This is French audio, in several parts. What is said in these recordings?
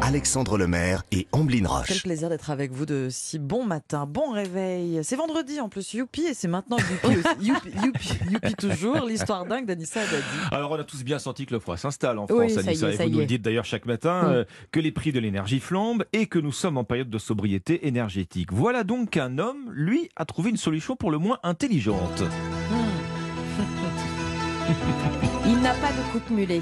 Alexandre Lemaire et Amblin Quel Roche. plaisir d'être avec vous de si bon matin, bon réveil. C'est vendredi en plus, youpi, et c'est maintenant youpi, aussi. youpi, youpi, youpi toujours, l'histoire dingue d'Anissa Haddadi. Alors on a tous bien senti que le froid s'installe en Oui, France, ça y Anissa, est, et ça vous y nous le est. Mm. dites d'ailleurs chaque matin, euh, que les prix de l'énergie flambent et que nous sommes en période de sobriété énergétique. Voilà donc qu'un homme, lui, a trouvé une solution pour le moins intelligente. Hmm. Il n'a pas de coupe mulet.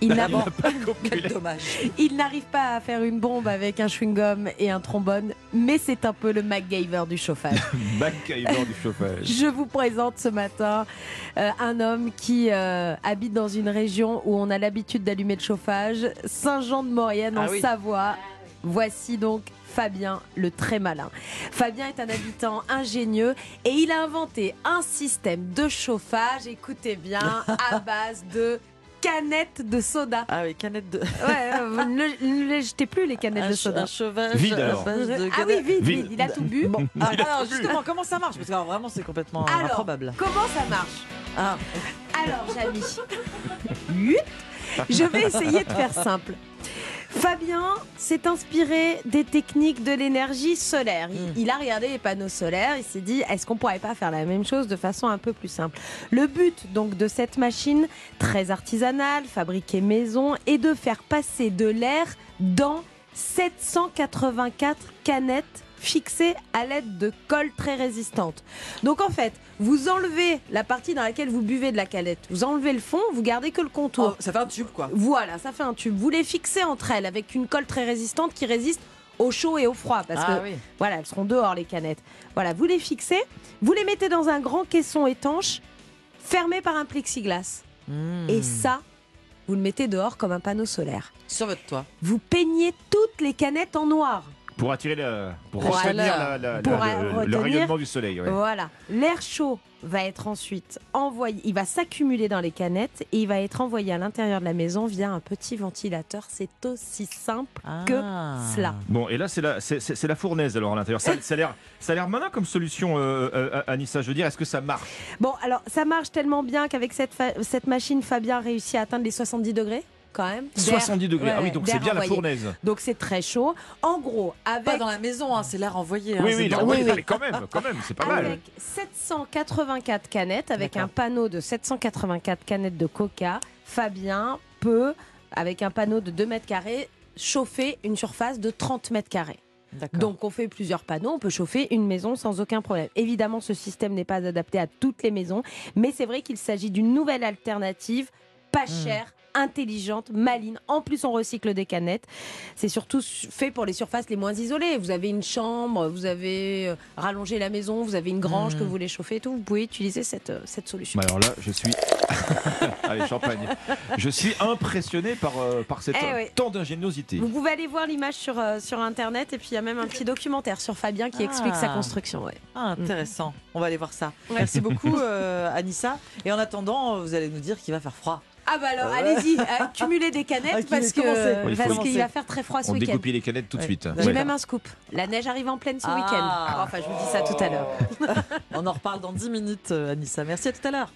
Il n'a- Quel dommage. il n'arrive pas à faire une bombe avec un chewing-gum et un trombone, mais c'est un peu le MacGyver du chauffage. MacGyver du chauffage. Je vous présente ce matin euh, un homme qui euh, habite dans une région où on a l'habitude d'allumer le chauffage, Saint-Jean-de-Maurienne Ah en oui. Savoie. Voici donc Fabien le très malin. Fabien est un habitant ingénieux et il a inventé un système de chauffage, écoutez bien, à base de canettes de soda. Ah oui, canette de. Ouais, euh, vous ne, ne les jetez plus les canettes Un, de che- un soda. chevage. Vide, à alors. base de Ah oui, canette- vide, Vide. vide, il a tout bu. Bon, ah, alors justement, comment ça marche Parce que alors, vraiment, c'est complètement Alors. improbable. Comment ça marche Ah, Alors, Jamy, huit, je vais essayer de faire simple. Fabien s'est inspiré des techniques de l'énergie solaire. Il, Mm. il a regardé les panneaux solaires, il s'est dit est-ce qu'on pourrait pas faire la même chose de façon un peu plus simple Le but donc de cette machine très artisanale, fabriquée maison, est de faire passer de l'air dans 784 canettes fixées à l'aide de colle très résistante. Donc en fait, vous enlevez la partie dans laquelle vous buvez de la canette, vous enlevez le fond, vous gardez que le contour. oh, ça fait un tube quoi. Voilà, ça fait un tube. Vous les fixez entre elles avec une colle très résistante qui résiste au chaud et au froid parce ah que oui. voilà, elles seront dehors les canettes. Voilà, vous les fixez, vous les mettez dans un grand caisson étanche fermé par un plexiglas Mm. et ça vous le mettez dehors comme un panneau solaire. Sur votre toit. Vous peignez toutes les canettes en noir. Pour attirer la, pour Pour retenir aller- la- la- pour la- aller le- le, retenir. rayonnement du soleil. Ah ouais. Voilà, l'air chaud va être ensuite envoyé, il va s'accumuler dans les canettes et il va être envoyé à l'intérieur de la maison via un petit ventilateur. C'est aussi simple que Ah. cela. Bon, et là, c'est la, c'est- c'est- c'est la fournaise alors à l'intérieur. Ça, ça a l'air- ça a l'air malin comme solution, euh, euh, Anissa. Je veux dire, est-ce que ça marche Bon, alors ça marche tellement bien qu'avec cette, fa- cette machine, Fabien réussit à atteindre les 70 degrés quand même. D'air. 70 degrés. ouais, ah oui, donc d'air c'est bien la envoyé. fournaise. Donc c'est très chaud. En gros, Pas avec, dans la maison, hein, c'est l'air envoyé. hein, Oui, c'est oui, dans- l'air envoyé. Allez, quand même, quand même, c'est pas mal. avec 784 canettes, avec D'accord. un panneau de 784 canettes de coca, Fabien peut, avec un panneau de 2 mètres carrés, chauffer une surface de 30 mètres carrés. D'accord. Donc on fait plusieurs panneaux, on peut chauffer une maison sans aucun problème. Évidemment, ce système n'est pas adapté à toutes les maisons, mais c'est vrai qu'il s'agit d'une nouvelle alternative, pas Hmm. chère, intelligente, maline. En plus, on recycle des canettes. C'est surtout su- fait pour les surfaces les moins isolées. Vous avez une chambre, vous avez euh, rallongé la maison, vous avez une grange Mm. que vous voulez chauffer et tout. Vous pouvez utiliser cette, euh, cette solution. Bah alors là, je suis. Allez, champagne. Je suis impressionné par, euh, par cet Eh euh, oui. tant d'ingéniosité. Vous pouvez aller voir l'image sur, euh, sur Internet et puis il y a même un petit documentaire sur Fabien qui explique Ah. sa construction. ouais. Hmm. Ah, intéressant. On va aller voir ça. Merci beaucoup, euh, Anissa. Et en attendant, vous allez nous dire qu'il va faire froid. Ah bah alors allez-y, accumulez des canettes Accumulez, commencez. parce que Oui, il faut parce y- qu'il va faire très froid ce On week-end. découpille les canettes tout de Ouais. suite. hein. J'ai J'ai Ouais. même un scoop. La neige arrive en pleine ce Ah. week-end. Enfin, je vous dis ça tout à l'heure. On en reparle dans 10 minutes, euh, Anissa. Merci à tout à l'heure.